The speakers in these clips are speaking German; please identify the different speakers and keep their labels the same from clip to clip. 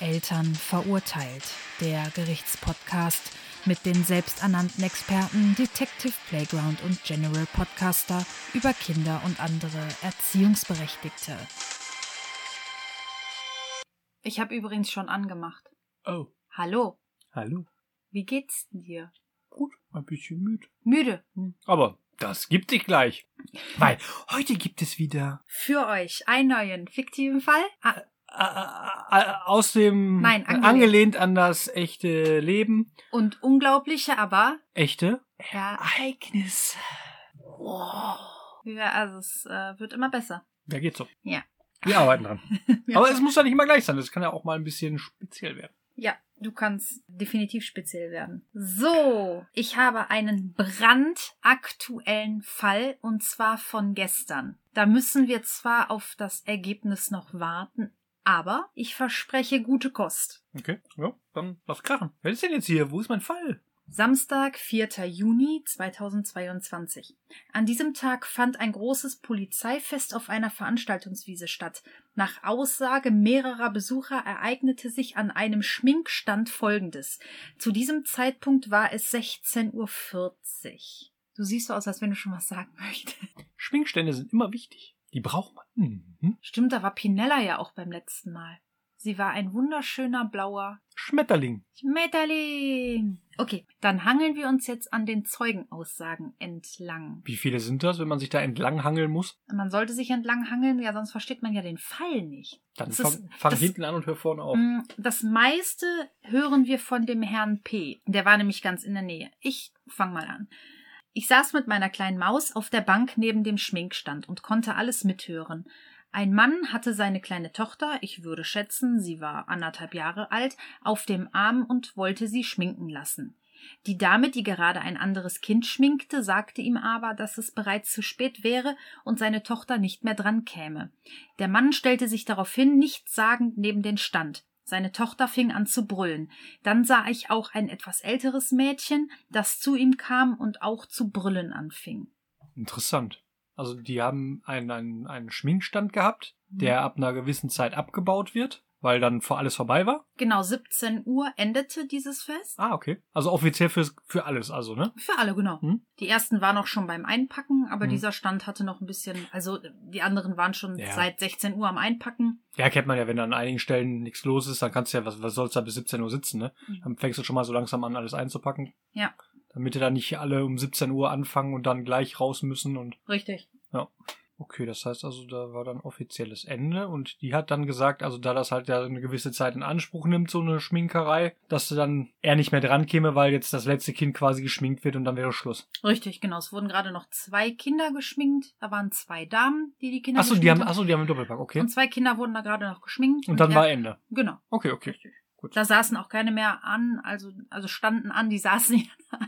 Speaker 1: Eltern verurteilt. Der Gerichtspodcast mit den selbsternannten Experten Detective Playground und General Podcaster über Kinder und andere Erziehungsberechtigte. Ich habe übrigens schon angemacht.
Speaker 2: Oh,
Speaker 1: Hallo,
Speaker 2: hallo.
Speaker 1: wie geht's dir?
Speaker 2: Gut, ein bisschen müde.
Speaker 1: Müde. Hm.
Speaker 2: Aber das gibt sich gleich. Weil heute gibt es wieder
Speaker 1: Für euch einen neuen fiktiven Fall. Ah,
Speaker 2: äh, äh, aus dem
Speaker 1: Nein, angelehnt.
Speaker 2: angelehnt an das echte Leben
Speaker 1: und unglaubliche, aber
Speaker 2: echte
Speaker 1: ja,
Speaker 2: Ereignisse.
Speaker 1: ja also es äh, wird immer besser.
Speaker 2: Ja, geht so.
Speaker 1: Ja.
Speaker 2: Wir arbeiten dran.
Speaker 1: Ja.
Speaker 2: Aber es muss ja nicht immer gleich sein. Das kann ja auch mal ein bisschen speziell werden.
Speaker 1: Ja, du kannst definitiv speziell werden. So, ich habe einen brandaktuellen Fall und zwar von gestern. Da müssen wir zwar auf das Ergebnis noch warten, aber ich verspreche gute Kost.
Speaker 2: Okay, ja, dann lass krachen. Wer ist denn jetzt hier? Wo ist mein Fall?
Speaker 1: Samstag, 4. Juni 2022. An diesem Tag fand ein großes Polizeifest auf einer Veranstaltungswiese statt. Nach Aussage mehrerer Besucher ereignete sich an einem Schminkstand Folgendes. Zu diesem Zeitpunkt war es 16.40 Uhr. Du siehst so aus, als wenn du schon was sagen möchtest.
Speaker 2: Schwingstände sind immer wichtig. Die braucht man. Mhm.
Speaker 1: Stimmt, da war Pinella ja auch beim letzten Mal. Sie war ein wunderschöner blauer
Speaker 2: Schmetterling.
Speaker 1: Schmetterling. Okay, dann hangeln wir uns jetzt an den Zeugenaussagen entlang.
Speaker 2: Wie viele sind das, wenn man sich da entlang hangeln muss?
Speaker 1: Man sollte sich entlang hangeln, ja, sonst versteht man ja den Fall nicht.
Speaker 2: Dann
Speaker 1: Das
Speaker 2: fang,
Speaker 1: ist-
Speaker 2: fang
Speaker 1: das-
Speaker 2: hinten an und hör vorne auf.
Speaker 1: Mm, Das meiste hören wir von dem Herrn P. Der war nämlich ganz in der Nähe. Ich fang mal an. Ich saß mit meiner kleinen Maus auf der Bank neben dem Schminkstand und konnte alles mithören. Ein Mann hatte seine kleine Tochter, ich würde schätzen, sie war anderthalb Jahre alt, auf dem Arm und wollte sie schminken lassen. Die Dame, die gerade ein anderes Kind schminkte, sagte ihm aber, dass es bereits zu spät wäre und seine Tochter nicht mehr dran käme. Der Mann stellte sich daraufhin nichtssagend neben den Stand. Seine Tochter fing an zu brüllen. Dann sah ich auch ein etwas älteres Mädchen, das zu ihm kam und auch zu brüllen anfing.
Speaker 2: Interessant. Also die haben einen, einen, einen Schminkstand gehabt,
Speaker 1: Mhm.
Speaker 2: der ab einer gewissen Zeit abgebaut wird, weil dann vor alles vorbei war.
Speaker 1: Genau 17 Uhr endete dieses Fest.
Speaker 2: Ah, okay. Also offiziell fürs, für alles, also, ne?
Speaker 1: Für alle, genau.
Speaker 2: Hm?
Speaker 1: Die ersten waren noch schon beim Einpacken, aber
Speaker 2: Hm.
Speaker 1: dieser Stand hatte noch ein bisschen, also die anderen waren schon
Speaker 2: Ja.
Speaker 1: seit 16 Uhr am Einpacken.
Speaker 2: Ja, kennt man ja, wenn an einigen Stellen nichts los ist, dann kannst du ja, was, was sollst du da bis 17 Uhr sitzen, ne?
Speaker 1: Mhm.
Speaker 2: Dann fängst du schon mal so langsam an, alles einzupacken.
Speaker 1: Ja.
Speaker 2: Damit ihr da nicht alle um 17 Uhr anfangen und dann gleich raus müssen und
Speaker 1: Richtig.
Speaker 2: Okay, das heißt also, da war dann offizielles Ende und die hat dann gesagt, also da das halt ja eine gewisse Zeit in Anspruch nimmt, so eine Schminkerei, dass sie dann eher nicht mehr dran käme, weil jetzt das letzte Kind quasi geschminkt wird und dann wäre Schluss.
Speaker 1: Richtig, genau. Es wurden gerade noch zwei Kinder geschminkt. Da waren zwei Damen, die die Kinder
Speaker 2: Achso, die
Speaker 1: geschminkt
Speaker 2: haben, achso, die haben einen Doppelpack, okay.
Speaker 1: Und zwei Kinder wurden da gerade noch geschminkt.
Speaker 2: Und dann war
Speaker 1: er.
Speaker 2: Ende.
Speaker 1: Genau.
Speaker 2: Okay, okay.
Speaker 1: Richtig.
Speaker 2: Gut.
Speaker 1: Da saßen auch keine mehr an, also, also standen an, die saßen nicht an,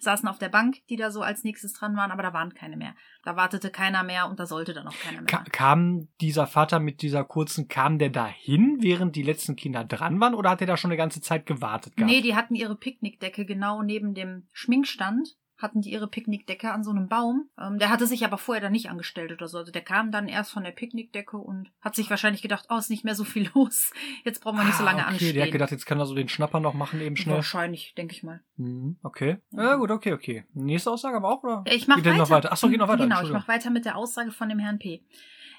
Speaker 1: saßen auf der Bank, die da so als nächstes dran waren, aber da waren keine mehr. Da wartete keiner mehr und da sollte dann auch keiner mehr.
Speaker 2: Ka kam dieser Vater mit dieser kurzen, kam der dahin, während die letzten Kinder dran waren, oder hat er da schon eine ganze Zeit gewartet gehabt?
Speaker 1: nee, die hatten ihre Picknickdecke genau neben dem Schminkstand, hatten die ihre Picknickdecke an so einem Baum. Ähm, der hatte sich aber vorher da nicht angestellt oder so. Also der kam dann erst von der Picknickdecke und hat sich wahrscheinlich gedacht, oh, ist nicht mehr so viel los. Jetzt brauchen wir nicht so lange
Speaker 2: ah, okay,
Speaker 1: anstehen.
Speaker 2: der hat gedacht, jetzt kann er so den Schnapper noch machen, eben schnell.
Speaker 1: Wahrscheinlich, denke ich mal.
Speaker 2: Mhm, okay. Ja, gut, okay, okay. Nächste Aussage aber auch, oder?
Speaker 1: Ich mach
Speaker 2: Genau. Geht denn
Speaker 1: weiter.
Speaker 2: noch weiter? Ach so, geht noch weiter,
Speaker 1: Genau, ich
Speaker 2: Entschuldigung.
Speaker 1: mache weiter mit der Aussage von dem Herrn P.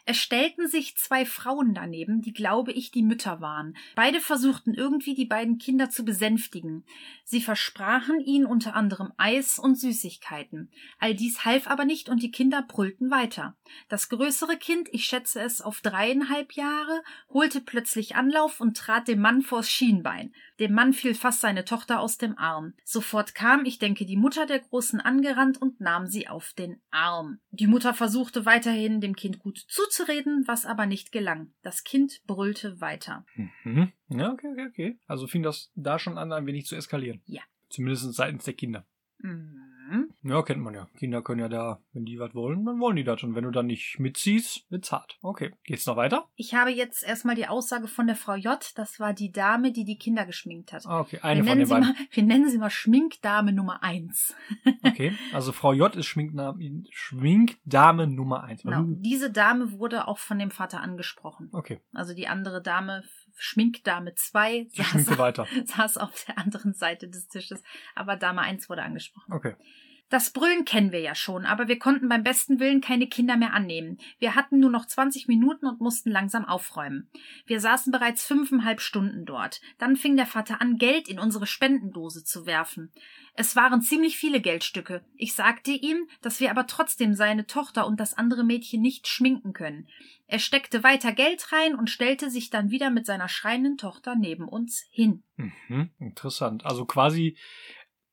Speaker 1: Es stellten sich zwei Frauen daneben, die glaube ich die Mütter waren. Beide versuchten irgendwie die beiden Kinder zu besänftigen. Sie versprachen ihnen unter anderem Eis und Süßigkeiten. All dies half aber nicht und die Kinder brüllten weiter. Das größere Kind, ich schätze es auf dreieinhalb Jahre, holte plötzlich Anlauf und trat dem Mann vors Schienbein. Dem Mann fiel fast seine Tochter aus dem Arm. Sofort kam, ich denke, die Mutter der Großen angerannt und nahm sie auf den Arm. Die Mutter versuchte weiterhin, dem Kind gut zuzureden, was aber nicht gelang. Das Kind brüllte weiter.
Speaker 2: Mhm. Ja, okay, okay, okay. Also fing das da schon an, ein wenig zu eskalieren.
Speaker 1: Ja.
Speaker 2: Zumindest seitens der Kinder.
Speaker 1: Mhm.
Speaker 2: Ja, kennt man ja. Kinder können ja da, wenn die was wollen, dann wollen die das. Und wenn du dann nicht mitziehst, wird's hart. Okay. Geht's noch weiter?
Speaker 1: Ich habe jetzt erstmal die Aussage von der Frau J. Das war die Dame, die die Kinder geschminkt hat.
Speaker 2: Ah, okay.
Speaker 1: Wir
Speaker 2: Eine von
Speaker 1: nennen,
Speaker 2: den
Speaker 1: sie
Speaker 2: beiden.
Speaker 1: mal, wir nennen sie mal Schminkdame Nummer eins.
Speaker 2: Okay. Also Frau J ist Schminkdame, Schminkdame Nummer eins.
Speaker 1: Genau.
Speaker 2: Mhm.
Speaker 1: Diese Dame wurde auch von dem Vater angesprochen.
Speaker 2: Okay.
Speaker 1: Also die andere Dame Schminkdame 2
Speaker 2: Sie schminkte
Speaker 1: saß,
Speaker 2: weiter.
Speaker 1: saß auf der anderen Seite des Tisches, aber Dame 1 wurde angesprochen.
Speaker 2: Okay.
Speaker 1: Das Brüllen kennen wir ja schon, aber wir konnten beim besten Willen keine Kinder mehr annehmen. Wir hatten nur noch 20 Minuten und mussten langsam aufräumen. Wir saßen bereits fünfeinhalb Stunden dort. Dann fing der Vater an, Geld in unsere Spendendose zu werfen. Es waren ziemlich viele Geldstücke. Ich sagte ihm, dass wir aber trotzdem seine Tochter und das andere Mädchen nicht schminken können. Er steckte weiter Geld rein und stellte sich dann wieder mit seiner schreienden Tochter neben uns hin.
Speaker 2: Mhm. Interessant. Also quasi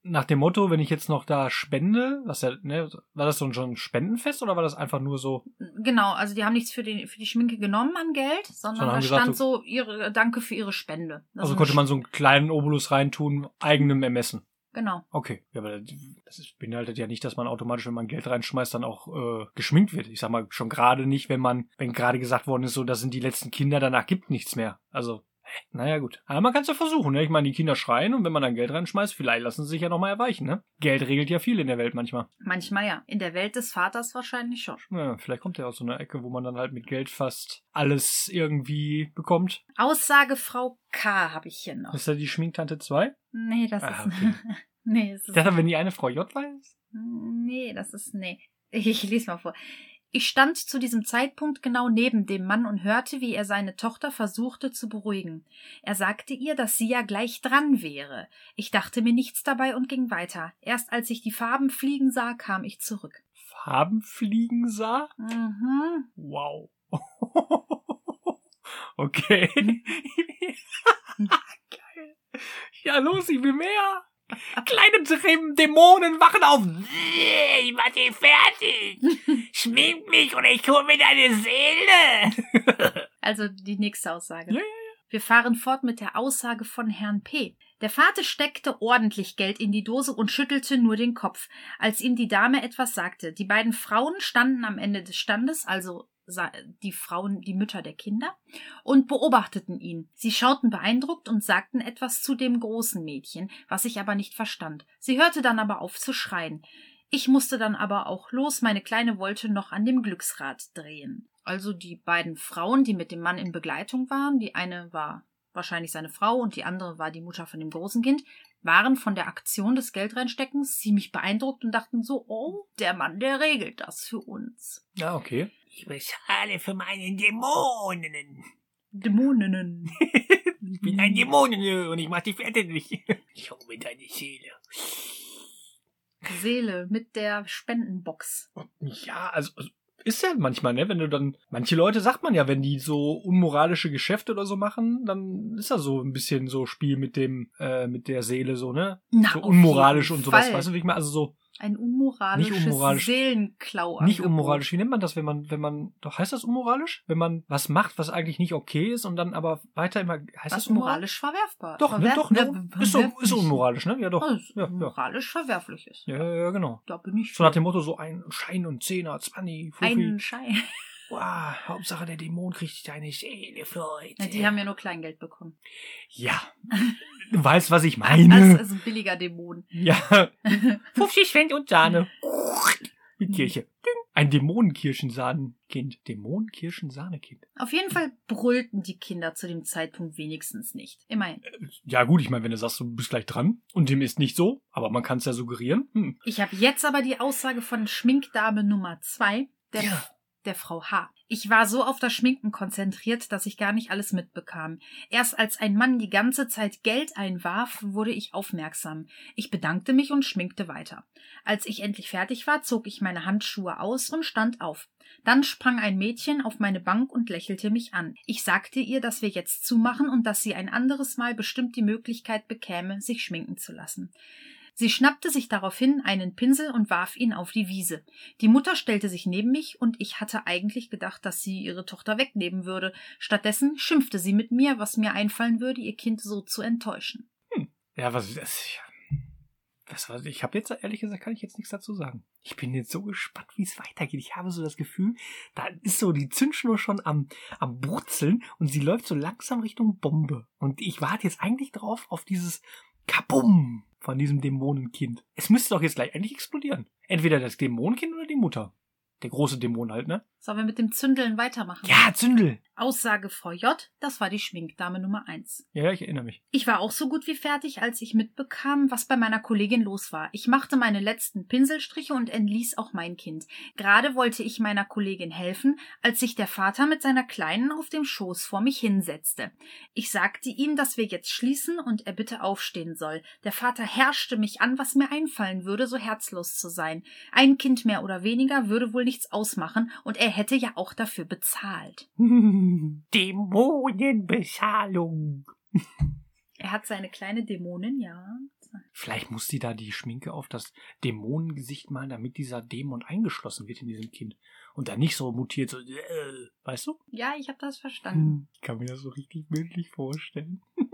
Speaker 2: nach dem Motto, wenn ich jetzt noch da spende, was ja, ne, war das so schon ein Spendenfest oder war das einfach nur so?
Speaker 1: Genau, also die haben nichts für die, für die Schminke genommen an Geld, sondern
Speaker 2: Sondern
Speaker 1: da
Speaker 2: haben gesagt,
Speaker 1: stand so ihre Danke für ihre Spende. Das
Speaker 2: Also
Speaker 1: ist
Speaker 2: konnte
Speaker 1: ein
Speaker 2: man so einen kleinen Obolus reintun, eigenem Ermessen.
Speaker 1: Sch- Genau.
Speaker 2: Okay. Ja, aber das ist- beinhaltet ja nicht, dass man automatisch, wenn man Geld reinschmeißt, dann auch äh, geschminkt wird. Ich sag mal, schon gerade nicht, wenn man, wenn gerade gesagt worden ist, so, das sind die letzten Kinder, danach gibt nichts mehr. Also, hä, naja, gut. Aber man kann es ja versuchen, ne? Ich meine, die Kinder schreien und wenn man dann Geld reinschmeißt, vielleicht lassen sie sich ja nochmal erweichen, ne? Geld regelt ja viel in der Welt manchmal.
Speaker 1: Manchmal ja. In der Welt des Vaters wahrscheinlich schon.
Speaker 2: Ja, vielleicht kommt er aus so einer Ecke, wo man dann halt mit Geld fast alles irgendwie bekommt.
Speaker 1: Aussage Frau K. habe ich hier noch.
Speaker 2: Ist ja die Schminktante 2?
Speaker 1: Nee, das
Speaker 2: Ah,
Speaker 1: ist.
Speaker 2: okay.
Speaker 1: nee, es
Speaker 2: Ich
Speaker 1: ist.
Speaker 2: dachte, wenn die eine Frau J weiß?
Speaker 1: Nee, das ist. Nee. Ich lese mal vor. Ich stand zu diesem Zeitpunkt genau neben dem Mann und hörte, wie er seine Tochter versuchte zu beruhigen. Er sagte ihr, dass sie ja gleich dran wäre. Ich dachte mir nichts dabei und ging weiter. Erst als ich die Farben fliegen sah, kam ich zurück.
Speaker 2: Farbenfliegen sah?
Speaker 1: Mhm.
Speaker 2: Wow. Okay. Geil. Ja, los, ich will mehr. Kleine Dre- Dämonen wachen auf. Ich mach dich fertig. Schmink mich oder ich hol mir deine Seele.
Speaker 1: Also die nächste Aussage.
Speaker 2: Ja, ja,
Speaker 1: Wir fahren fort mit der Aussage von Herrn P. Der Vater steckte ordentlich Geld in die Dose und schüttelte nur den Kopf, als ihm die Dame etwas sagte. Die beiden Frauen standen am Ende des Standes, also sa- die Frauen, die Mütter der Kinder, und beobachteten ihn. Sie schauten beeindruckt und sagten etwas zu dem großen Mädchen, was ich aber nicht verstand. Sie hörte dann aber auf zu schreien. Ich musste dann aber auch los, meine Kleine wollte noch an dem Glücksrad drehen. Also die beiden Frauen, die mit dem Mann in Begleitung waren, die eine war wahrscheinlich seine Frau und die andere war die Mutter von dem großen Kind, waren von der Aktion des Geldreinsteckens ziemlich beeindruckt und dachten so, oh, der Mann, der regelt das für uns.
Speaker 2: Ja, okay.
Speaker 3: Ich bezahle für meinen Dämonen.
Speaker 1: Dämoninnen.
Speaker 3: Ich bin
Speaker 2: Hm.
Speaker 3: ein Dämonen und ich mach dich fertig. Ich hole mir deine Seele.
Speaker 1: Seele mit der Spendenbox.
Speaker 2: Ja, also also ist ja manchmal, ne, wenn du dann manche Leute sagt man ja, wenn die so unmoralische Geschäfte oder so machen, dann ist ja so ein bisschen so Spiel mit dem äh, mit der Seele so, ne?
Speaker 1: Na,
Speaker 2: So
Speaker 1: auf
Speaker 2: unmoralisch
Speaker 1: jeden
Speaker 2: und sowas,
Speaker 1: Fall.
Speaker 2: weißt du, wie ich meine, also so
Speaker 1: Ein unmoralisches
Speaker 2: Nicht unmoralisch.
Speaker 1: Seelenklau.
Speaker 2: nicht unmoralisch, wie nennt man das, wenn man wenn man doch heißt das unmoralisch, wenn man was macht, was eigentlich nicht okay ist und dann aber weiter immer heißt
Speaker 1: Was
Speaker 2: das
Speaker 1: moralisch
Speaker 2: unmoralisch?
Speaker 1: verwerfbar
Speaker 2: Doch, ne, doch, ne?
Speaker 1: verwerflich-
Speaker 2: Ist, so, ist unmoralisch, ne? Ja, doch.
Speaker 1: Was
Speaker 2: Ja, ja.
Speaker 1: moralisch verwerflich ist.
Speaker 2: Ja, ja, ja, genau.
Speaker 1: Da bin ich
Speaker 2: So nach dem Motto so ein Schein und Zehner, 20,
Speaker 1: einen
Speaker 2: 50.
Speaker 1: Schein.
Speaker 2: Wow, Hauptsache der Dämon kriegt deine Seele für heute.
Speaker 1: Ja, die haben ja nur Kleingeld bekommen.
Speaker 2: Ja. Du weißt, was ich
Speaker 1: Also,
Speaker 2: meine.
Speaker 1: also ein billiger Dämon.
Speaker 2: Ja. 50 Cent und Sahne. Mit Kirche. Ding. Ein Dämonenkirschensahnekind. Dämonenkirschensahnekind.
Speaker 1: Auf jeden Fall brüllten die Kinder zu dem Zeitpunkt wenigstens nicht. Immerhin.
Speaker 2: Ja, gut, ich meine, wenn du sagst, du bist gleich dran und dem ist nicht so, aber man kann es ja suggerieren. Hm.
Speaker 1: Ich habe jetzt aber die Aussage von Schminkdame Nummer 2, der,
Speaker 2: Ja.
Speaker 1: der Frau H. Ich war so auf das Schminken konzentriert, dass ich gar nicht alles mitbekam. Erst als ein Mann die ganze Zeit Geld einwarf, wurde ich aufmerksam. Ich bedankte mich und schminkte weiter. Als ich endlich fertig war, zog ich meine Handschuhe aus und stand auf. Dann sprang ein Mädchen auf meine Bank und lächelte mich an. Ich sagte ihr, dass wir jetzt zumachen und dass sie ein anderes Mal bestimmt die Möglichkeit bekäme, sich schminken zu lassen. Sie schnappte sich daraufhin einen Pinsel und warf ihn auf die Wiese. Die Mutter stellte sich neben mich und ich hatte eigentlich gedacht, dass sie ihre Tochter wegnehmen würde. Stattdessen schimpfte sie mit mir, was mir einfallen würde, ihr Kind so zu enttäuschen.
Speaker 2: Ja, was ist das? Das war, ich habe jetzt, ehrlich gesagt, kann ich jetzt nichts dazu sagen. Ich bin jetzt so gespannt, wie es weitergeht. Ich habe so das Gefühl, da ist so die Zündschnur schon am, am Brutzeln und sie läuft so langsam Richtung Bombe. Und ich warte jetzt eigentlich drauf auf dieses Kabum von diesem Dämonenkind. Es müsste doch jetzt gleich endlich explodieren. Entweder das Dämonenkind oder die Mutter. Der große Dämon halt, ne?
Speaker 1: Sollen wir mit dem Zündeln weitermachen?
Speaker 2: Ja, Zündel!
Speaker 1: Aussage Frau J, das war die Schminkdame Nummer 1.
Speaker 2: Ja, ja, ich erinnere mich.
Speaker 1: Ich war auch so gut wie fertig, als ich mitbekam, was bei meiner Kollegin los war. Ich machte meine letzten Pinselstriche und entließ auch mein Kind. Gerade wollte ich meiner Kollegin helfen, als sich der Vater mit seiner Kleinen auf dem Schoß vor mich hinsetzte. Ich sagte ihm, dass wir jetzt schließen und er bitte aufstehen soll. Der Vater herrschte mich an, was mir einfallen würde, so herzlos zu sein. Ein Kind mehr oder weniger würde wohl nichts ausmachen, und er hätte ja auch dafür bezahlt.
Speaker 3: Dämonenbezahlung.
Speaker 1: Er hat seine kleine Dämonin, ja.
Speaker 2: Vielleicht muss die da die Schminke auf das Dämonengesicht malen, damit dieser Dämon eingeschlossen wird in diesem Kind. Und dann nicht so mutiert, so, äh, weißt du? Hm,
Speaker 1: Ja, ich habe das verstanden.
Speaker 2: Ich kann mir das so richtig bildlich vorstellen.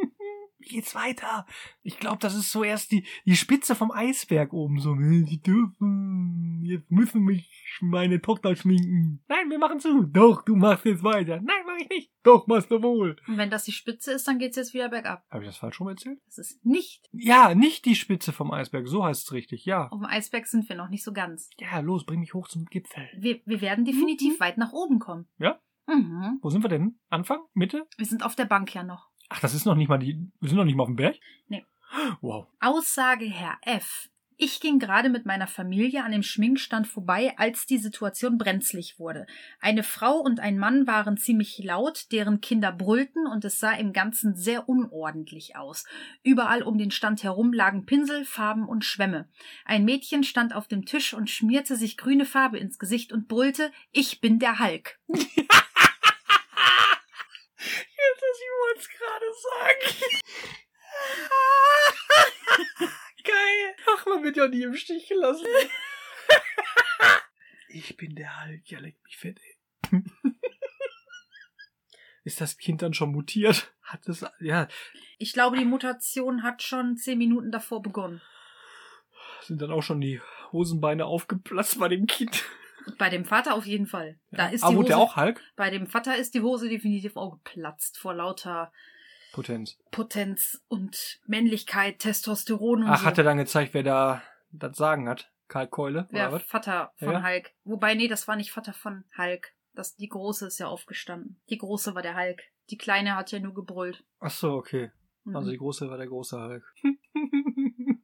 Speaker 2: Wie geht's weiter? Ich glaube, das ist so erst die, die Spitze vom Eisberg oben. So, die dürfen, jetzt müssen mich meine Tochter schminken. Nein, wir machen zu. Doch, du machst jetzt weiter. Nein, mach ich nicht. Doch, machst du wohl.
Speaker 1: Und wenn das die Spitze ist, dann geht's jetzt wieder bergab.
Speaker 2: Habe ich das falsch rum erzählt?
Speaker 1: Das ist nicht.
Speaker 2: Ja, nicht die Spitze vom Eisberg. So heißt es richtig, ja.
Speaker 1: Auf dem Eisberg sind wir noch nicht so ganz.
Speaker 2: Ja, los, bring mich hoch zum Gipfel.
Speaker 1: Wir, wir werden definitiv weit nach oben kommen.
Speaker 2: Ja?
Speaker 1: Mhm.
Speaker 2: Wo sind wir denn? Anfang? Mitte?
Speaker 1: Wir sind auf der Bank ja noch.
Speaker 2: Ach, das ist noch nicht mal die. Wir sind noch nicht mal auf dem Berg?
Speaker 1: Nee.
Speaker 2: Wow.
Speaker 1: Aussage Herr F. Ich ging gerade mit meiner Familie an dem Schminkstand vorbei, als die Situation brenzlig wurde. Eine Frau und ein Mann waren ziemlich laut, deren Kinder brüllten und es sah im Ganzen sehr unordentlich aus. Überall um den Stand herum lagen Pinsel, Farben und Schwämme. Ein Mädchen stand auf dem Tisch und schmierte sich grüne Farbe ins Gesicht und brüllte, ich bin der Hulk.
Speaker 2: Jetzt, was ich wollte es gerade sagen. Geil. Ach, man wird ja nie im Stich gelassen. ich bin der Hulk, ja, leck mich fett, ey. Ist das Kind dann schon mutiert? Hat es, ja,
Speaker 1: Ich glaube, die Mutation hat schon zehn Minuten davor begonnen.
Speaker 2: sind dann auch schon die Hosenbeine aufgeplatzt bei dem Kind.
Speaker 1: Bei dem Vater auf jeden Fall. Da ist
Speaker 2: ah,
Speaker 1: die
Speaker 2: wurde
Speaker 1: Hose,
Speaker 2: der auch Hulk?
Speaker 1: Bei dem Vater ist die Hose definitiv auch geplatzt vor lauter
Speaker 2: Potenz.
Speaker 1: Potenz und Männlichkeit, Testosteron und
Speaker 2: Ach,
Speaker 1: so.
Speaker 2: hat er dann gezeigt, wer da das Sagen hat? Karl Keule,
Speaker 1: ja,
Speaker 2: oder was?
Speaker 1: Vater von
Speaker 2: Ja.
Speaker 1: Hulk. Wobei, nee, das war nicht Vater von Hulk. Das, die Große ist ja aufgestanden. Die Große war der Hulk. Die Kleine hat ja nur gebrüllt.
Speaker 2: Ach so, okay.
Speaker 1: Mhm.
Speaker 2: Also die große war der große Hulk.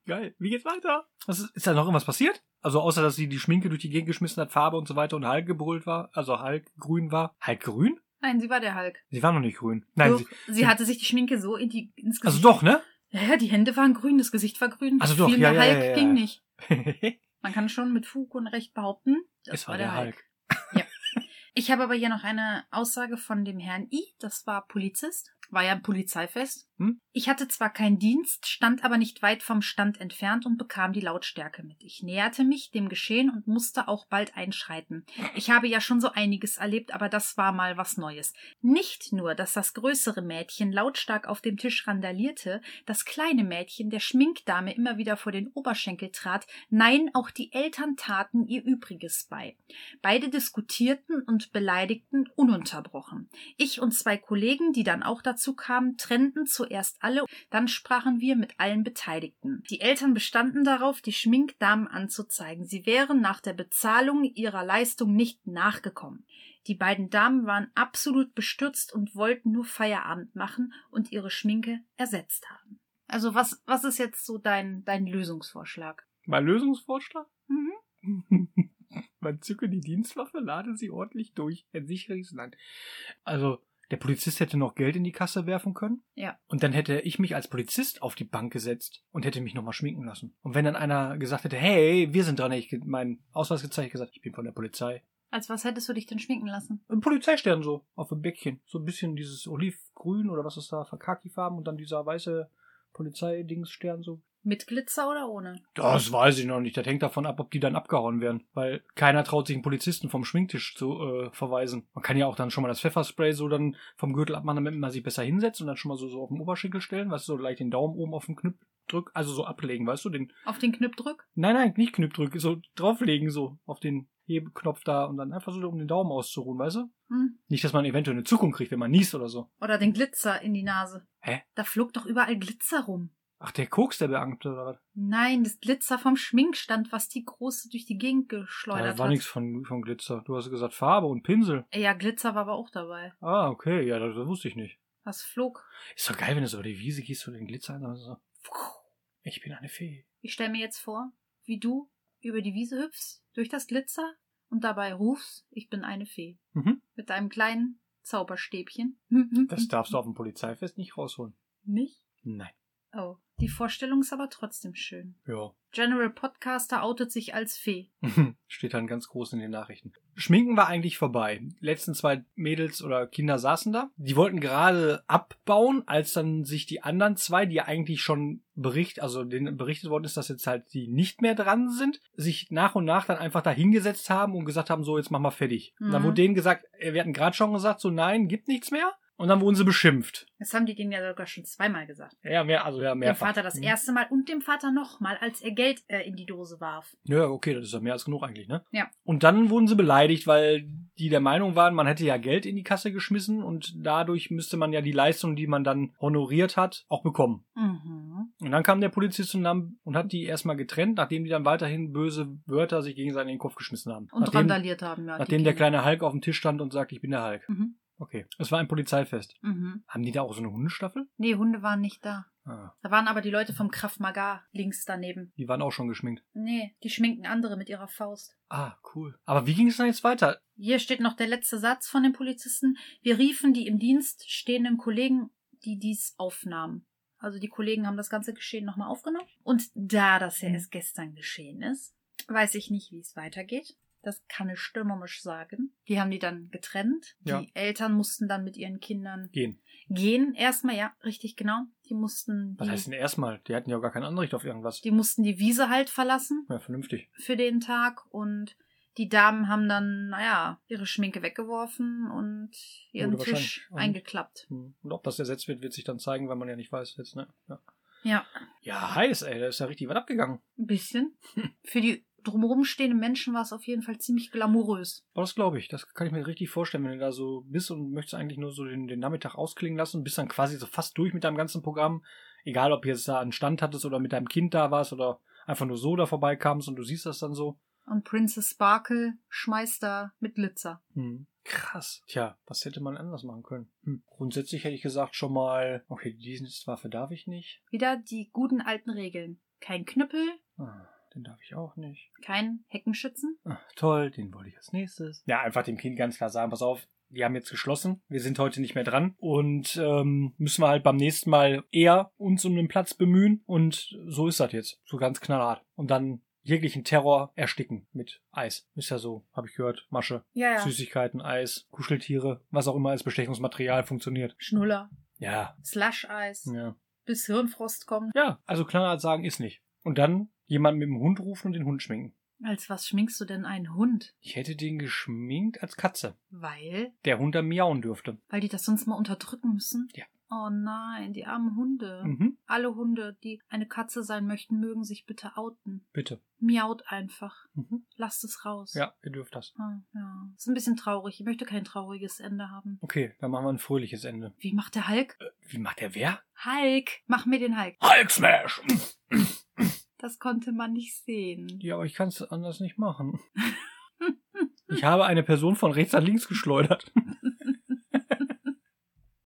Speaker 2: Geil. Wie geht's weiter? Was ist, ist da noch irgendwas passiert? Also außer, dass sie die Schminke durch die Gegend geschmissen hat, Farbe und so weiter und Hulk gebrüllt war, also Hulk grün war. Hulk grün?
Speaker 1: Nein, sie war der Hulk.
Speaker 2: Sie war noch nicht grün. Nein,
Speaker 1: doch,
Speaker 2: sie,
Speaker 1: sie, hatte sich die Schminke so in die, ins
Speaker 2: also
Speaker 1: Gesicht.
Speaker 2: doch, ne?
Speaker 1: Ja, ja, die Hände waren grün, das Gesicht war grün.
Speaker 2: Also doch,
Speaker 1: Viel
Speaker 2: ja,
Speaker 1: mehr
Speaker 2: ja, ja,
Speaker 1: Hulk
Speaker 2: ja, ja.
Speaker 1: ging nicht. Man kann schon mit Fug und Recht behaupten, das
Speaker 2: es war der Hulk.
Speaker 1: Ich habe aber hier noch eine Aussage von dem Herrn I, das war Polizist, war ja ein Polizeifest.
Speaker 2: Hm?
Speaker 1: Ich hatte zwar keinen Dienst, stand aber nicht weit vom Stand entfernt und bekam die Lautstärke mit. Ich näherte mich dem Geschehen und musste auch bald einschreiten. Ich habe ja schon so einiges erlebt, aber das war mal was Neues. Nicht nur, dass das größere Mädchen lautstark auf dem Tisch randalierte, das kleine Mädchen der Schminkdame immer wieder vor den Oberschenkel trat, nein, auch die Eltern taten ihr Übriges bei. Beide diskutierten und beleidigten ununterbrochen. Ich und zwei Kollegen, die dann auch dazu kamen, trennten zuerst alle, dann sprachen wir mit allen Beteiligten. Die Eltern bestanden darauf, die Schminkdamen anzuzeigen. Sie wären nach der Bezahlung ihrer Leistung nicht nachgekommen. Die beiden Damen waren absolut bestürzt und wollten nur Feierabend machen und ihre Schminke ersetzt haben. Also was, was ist jetzt so dein, dein Lösungsvorschlag?
Speaker 2: Mein Lösungsvorschlag?
Speaker 1: Mhm.
Speaker 2: Man zücke die Dienstwaffe, lade sie ordentlich durch, entsichere ich es Land. Also, der Polizist hätte noch Geld in die Kasse werfen können.
Speaker 1: Ja.
Speaker 2: Und dann hätte ich mich als Polizist auf die Bank gesetzt und hätte mich nochmal schminken lassen. Und wenn dann einer gesagt hätte, hey, wir sind dran, hätte ich ge- meinen Ausweis gezeigt, hätte ich gesagt, ich bin von der Polizei.
Speaker 1: Als was hättest du dich denn schminken lassen?
Speaker 2: Ein Polizeistern so, auf dem Bäckchen. So ein bisschen dieses Olivgrün oder was ist da, Khaki-Farben und dann dieser weiße Polizeidingsstern so.
Speaker 1: Mit Glitzer oder ohne?
Speaker 2: Das weiß ich noch nicht. Das hängt davon ab, ob die dann abgehauen werden. Weil keiner traut sich einen Polizisten vom Schminktisch zu äh, verweisen. Man kann ja auch dann schon mal das Pfefferspray so dann vom Gürtel abmachen, damit man sich besser hinsetzt und dann schon mal so, so auf den Oberschenkel stellen, weißt du, so leicht den Daumen oben auf den Knüpp drück, also so ablegen, weißt du, den,
Speaker 1: Auf den Knüppdrück?
Speaker 2: nein, nein, nicht Knüpp drück, so drauflegen, so auf den Hebeknopf da und dann einfach so, um den Daumen auszuruhen, weißt du?
Speaker 1: Hm?
Speaker 2: Nicht, dass man eventuell eine Zuckung kriegt, wenn man niest oder so.
Speaker 1: Oder den Glitzer in die Nase.
Speaker 2: Hä?
Speaker 1: Da flog doch überall Glitzer rum.
Speaker 2: Ach, der Koks, der Beamte, oder was?
Speaker 1: Nein, das Glitzer vom Schminkstand, was die Große durch die Gegend
Speaker 2: Da
Speaker 1: geschleudert
Speaker 2: war nichts
Speaker 1: hat. Äh,
Speaker 2: von, von Glitzer. Du hast gesagt Farbe und Pinsel.
Speaker 1: Ja, Glitzer war aber auch dabei.
Speaker 2: Ah, okay, ja, das, das wusste ich nicht.
Speaker 1: Was flog?
Speaker 2: Ist doch geil, wenn du so über die Wiese gehst und den Glitzer hast. Also so, ich bin eine Fee.
Speaker 1: Ich stelle mir jetzt vor, wie du über die Wiese hüpfst, durch das Glitzer und dabei rufst, ich bin eine Fee.
Speaker 2: Mhm.
Speaker 1: Mit deinem kleinen Zauberstäbchen.
Speaker 2: Das darfst du auf dem Polizeifest nicht rausholen.
Speaker 1: Nicht?
Speaker 2: Nein.
Speaker 1: Oh, die Vorstellung ist aber trotzdem schön.
Speaker 2: Ja.
Speaker 1: General Podcaster outet sich als Fee.
Speaker 2: Steht dann ganz groß in den Nachrichten. Schminken war eigentlich vorbei. Die letzten zwei Mädels oder Kinder saßen da. Die wollten gerade abbauen, als dann sich die anderen zwei, die ja eigentlich schon Bericht, also denen berichtet worden ist, dass jetzt halt die nicht mehr dran sind, sich nach und nach dann einfach da hingesetzt haben und gesagt haben, so, jetzt mach mal fertig. Und dann
Speaker 1: Mhm.
Speaker 2: wurde denen gesagt, äh, wir hatten gerade schon gesagt, so nein, gibt nichts mehr. Und dann wurden sie beschimpft.
Speaker 1: Das haben die denen ja sogar schon zweimal gesagt.
Speaker 2: Ja, mehr, also ja,
Speaker 1: Dem
Speaker 2: mehrfach.
Speaker 1: Vater das
Speaker 2: Mhm.
Speaker 1: erste Mal und dem Vater nochmal, als er Geld äh, in die Dose warf.
Speaker 2: Ja, okay, das ist ja mehr als genug eigentlich, ne?
Speaker 1: Ja.
Speaker 2: Und dann wurden sie beleidigt, weil die der Meinung waren, man hätte ja Geld in die Kasse geschmissen und dadurch müsste man ja die Leistung, die man dann honoriert hat, auch bekommen.
Speaker 1: Mhm.
Speaker 2: Und dann kam der Polizist und, nahm, und hat die erstmal getrennt, nachdem die dann weiterhin böse Wörter sich gegenseitig in den Kopf geschmissen haben.
Speaker 1: Und
Speaker 2: nachdem,
Speaker 1: randaliert haben, ja. die
Speaker 2: nachdem
Speaker 1: Kinder.
Speaker 2: der kleine Hulk auf dem Tisch stand und sagt, ich bin der Hulk.
Speaker 1: Mhm.
Speaker 2: Okay. Es war ein Polizeifest.
Speaker 1: Mhm.
Speaker 2: Haben die da auch so eine Hundestaffel?
Speaker 1: Nee, Hunde waren nicht da.
Speaker 2: Ah,
Speaker 1: Da waren aber die Leute vom Krav Maga links daneben.
Speaker 2: die waren auch schon geschminkt.
Speaker 1: Nee, die schminken andere mit ihrer Faust.
Speaker 2: Ah, cool. Aber wie ging es dann jetzt weiter?
Speaker 1: Hier steht noch der letzte Satz von den Polizisten. Wir riefen die im Dienst stehenden Kollegen, die dies aufnahmen. Also die Kollegen haben das ganze Geschehen nochmal aufgenommen. Und da das
Speaker 2: Mhm.
Speaker 1: ja erst gestern geschehen ist, weiß ich nicht, wie es weitergeht. Das kann ich stürmisch sagen. Die haben die dann getrennt. Die
Speaker 2: Ja.
Speaker 1: Eltern mussten dann mit ihren Kindern
Speaker 2: Gehen.
Speaker 1: gehen. Erstmal, ja, richtig genau. Die mussten
Speaker 2: Was
Speaker 1: die,
Speaker 2: heißt denn erstmal? Die hatten ja auch gar kein Anrecht auf irgendwas.
Speaker 1: Mhm. die mussten die Wiese halt verlassen
Speaker 2: Ja, vernünftig.
Speaker 1: für den Tag und die Damen haben dann, naja, ihre Schminke weggeworfen und ihren
Speaker 2: Wurde
Speaker 1: Tisch
Speaker 2: wahrscheinlich, ähm,
Speaker 1: eingeklappt.
Speaker 2: Hm. Und ob das ersetzt wird, wird sich dann zeigen, weil man ja nicht weiß jetzt, ne? Ja,
Speaker 1: Ja,
Speaker 2: ja heiß, ey, da ist ja richtig was abgegangen.
Speaker 1: ein bisschen.
Speaker 2: Hm.
Speaker 1: Für die drumherum stehenden Menschen war es auf jeden Fall ziemlich glamourös.
Speaker 2: Aber das glaube ich, das kann ich mir richtig vorstellen, wenn du da so bist und möchtest eigentlich nur so den, den Nachmittag ausklingen lassen, bist dann quasi so fast durch mit deinem ganzen Programm. Egal, ob du jetzt da einen Stand hattest oder mit deinem Kind da warst oder einfach nur so da vorbeikamst und du siehst das dann so.
Speaker 1: Und Princess Sparkle schmeißt da mit Glitzer.
Speaker 2: Hm. Krass. Tja, was hätte man anders machen können? Hm. Grundsätzlich hätte ich gesagt schon mal, okay, diesen Waffe darf ich nicht.
Speaker 1: Wieder die guten alten Regeln. Kein Knüppel,
Speaker 2: Ah, den darf ich auch nicht.
Speaker 1: kein Heckenschützen.
Speaker 2: Ach, toll, den wollte ich als nächstes. Ja, einfach dem Kind ganz klar sagen, pass auf, wir haben jetzt geschlossen, wir sind heute nicht mehr dran und ähm, müssen wir halt beim nächsten Mal eher uns um den Platz bemühen und so ist das jetzt, so ganz knallhart. Und dann jeglichen Terror ersticken mit Eis. Ist ja so, habe ich gehört, Masche,
Speaker 1: Ja, ja.
Speaker 2: Süßigkeiten, Eis, Kuscheltiere, was auch immer als Bestechungsmaterial funktioniert.
Speaker 1: Schnuller,
Speaker 2: Ja,
Speaker 1: Slush-Eis,
Speaker 2: ja.
Speaker 1: bis Hirnfrost kommt.
Speaker 2: Ja, also knallhart sagen ist nicht. Und dann jemand mit dem Hund rufen und den Hund schminken.
Speaker 1: Als was schminkst du denn einen Hund?
Speaker 2: Ich hätte den geschminkt als Katze.
Speaker 1: Weil
Speaker 2: Der Hund dann miauen dürfte.
Speaker 1: Weil die das sonst mal unterdrücken müssen?
Speaker 2: Ja.
Speaker 1: Oh nein, die armen Hunde.
Speaker 2: Mhm.
Speaker 1: Alle Hunde, die eine Katze sein möchten, mögen sich bitte outen.
Speaker 2: Bitte.
Speaker 1: Miaut einfach.
Speaker 2: Mhm.
Speaker 1: Lasst es raus.
Speaker 2: Ja, ihr dürft das.
Speaker 1: Hm, ja. Ist ein bisschen traurig. Ich möchte kein trauriges Ende haben.
Speaker 2: Okay, dann machen wir ein fröhliches Ende.
Speaker 1: Wie macht der Hulk?
Speaker 2: Wie macht der wer?
Speaker 1: Hulk! Mach mir den Hulk.
Speaker 2: Hulk Smash!
Speaker 1: Das konnte man nicht sehen.
Speaker 2: Ja, aber ich kann es anders nicht machen. Ich habe eine Person von rechts nach links geschleudert.